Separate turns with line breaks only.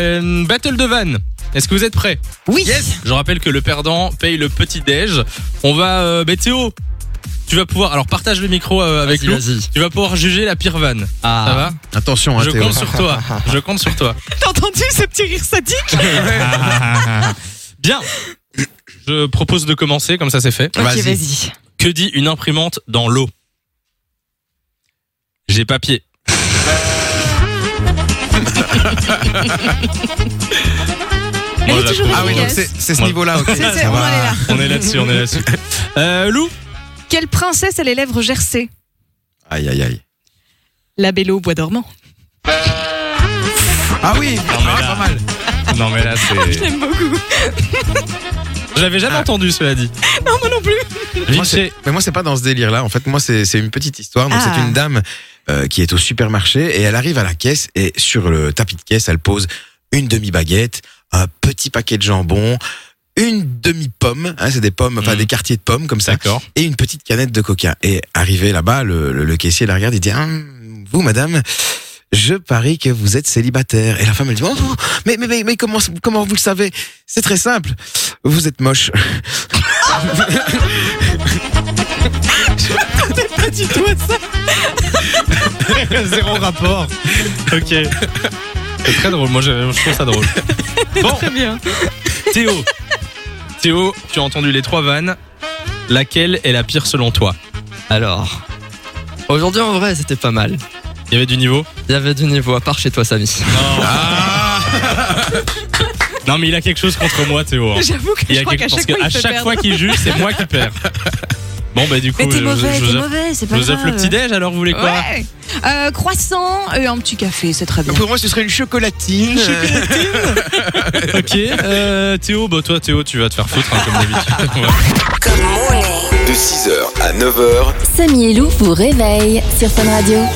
Euh, battle de vannes. Est-ce que vous êtes prêts
Oui.
Je rappelle que le perdant paye le petit déj. On va euh, bah, Théo, tu vas pouvoir alors partage le micro euh, avec
Vas-y,
nous.
vas-y.
Tu vas pouvoir juger la pire vanne.
Ah.
Ça va
Attention, hein,
Je
Théo.
compte sur toi. Je compte sur toi.
T'as entendu ce petit rire sadique
Bien. Je propose de commencer comme ça c'est fait.
Ok,
Vas-y.
vas-y.
Que dit une imprimante dans l'eau J'ai papier.
Elle
Moi, je Oh, la
est toujours
trouve-
Ah oui, donc c'est c'est ce
Moi-
niveau-là, ok.
C'est- c'est-
ça
on
va.
en est là.
On est là-dessus, on est là-dessus. Euh, Lou,
Quelle princesse a les lèvres gercées
Aïe, aïe, aïe.
La Belle au bois dormant.
Ah oui,
mais
ah,
là-
pas mal.
Non mais là c'est.
J'aime beaucoup.
J'avais
Ah.
jamais entendu cela dit.
Non, moi non plus.
Moi, c'est- mais moi, c'est pas dans ce délire-là. En fait, moi, c'est c'est une petite histoire. Donc,
Ah.
C'est une dame euh, qui est au supermarché et elle arrive à la caisse et sur le tapis de caisse, elle pose une demi-baguette, un petit paquet de jambon, une demi-pomme, hein, c'est des pommes, enfin
Mhm.
des quartiers de pommes comme ça,
D'accord.
et une petite canette de coca. Et arrivé là-bas, le, le, le caissier la regarde, il dit Hum, Vous, madame, je parie que vous êtes célibataire. Et la femme, elle dit Oh, oh, mais, mais, mais, mais comment, comment vous le savez C'est très simple. Vous êtes moche.
Pas du tout à ça.
Zéro rapport. Ok. C'est très drôle. Moi, je, je trouve ça drôle. Bon,
Très bien.
Théo. Théo, tu as entendu les trois vannes. Laquelle est la pire selon toi
Alors, aujourd'hui en vrai c'était pas mal.
Il y avait du niveau
Il y avait du niveau à part chez toi Samy.
Non, mais il a quelque chose contre moi, Théo. hein.
J'avoue que
Il
je
a
crois
quelque
qu'à
parce
chaque
que
fois,
à chaque
il se perd.
fois qu'il juge, c'est moi qui perds. Bon, bah du coup,
Mais t'es
je-
mauvais,
je-
t'es
je-
mauvais, c'est pas
Joseph
grave.
le petit déj. Alors, vous voulez quoi
Ouais. Euh, croissant et un petit café, c'est très bien.
Pour moi, ce serait une chocolatine. euh,
Ok. euh, Théo, bah toi, Théo, tu vas te faire foutre hein, comme d'habitude. Ouais.
De 6h à 9h,
Samy et Lou vous réveille sur Fun Radio.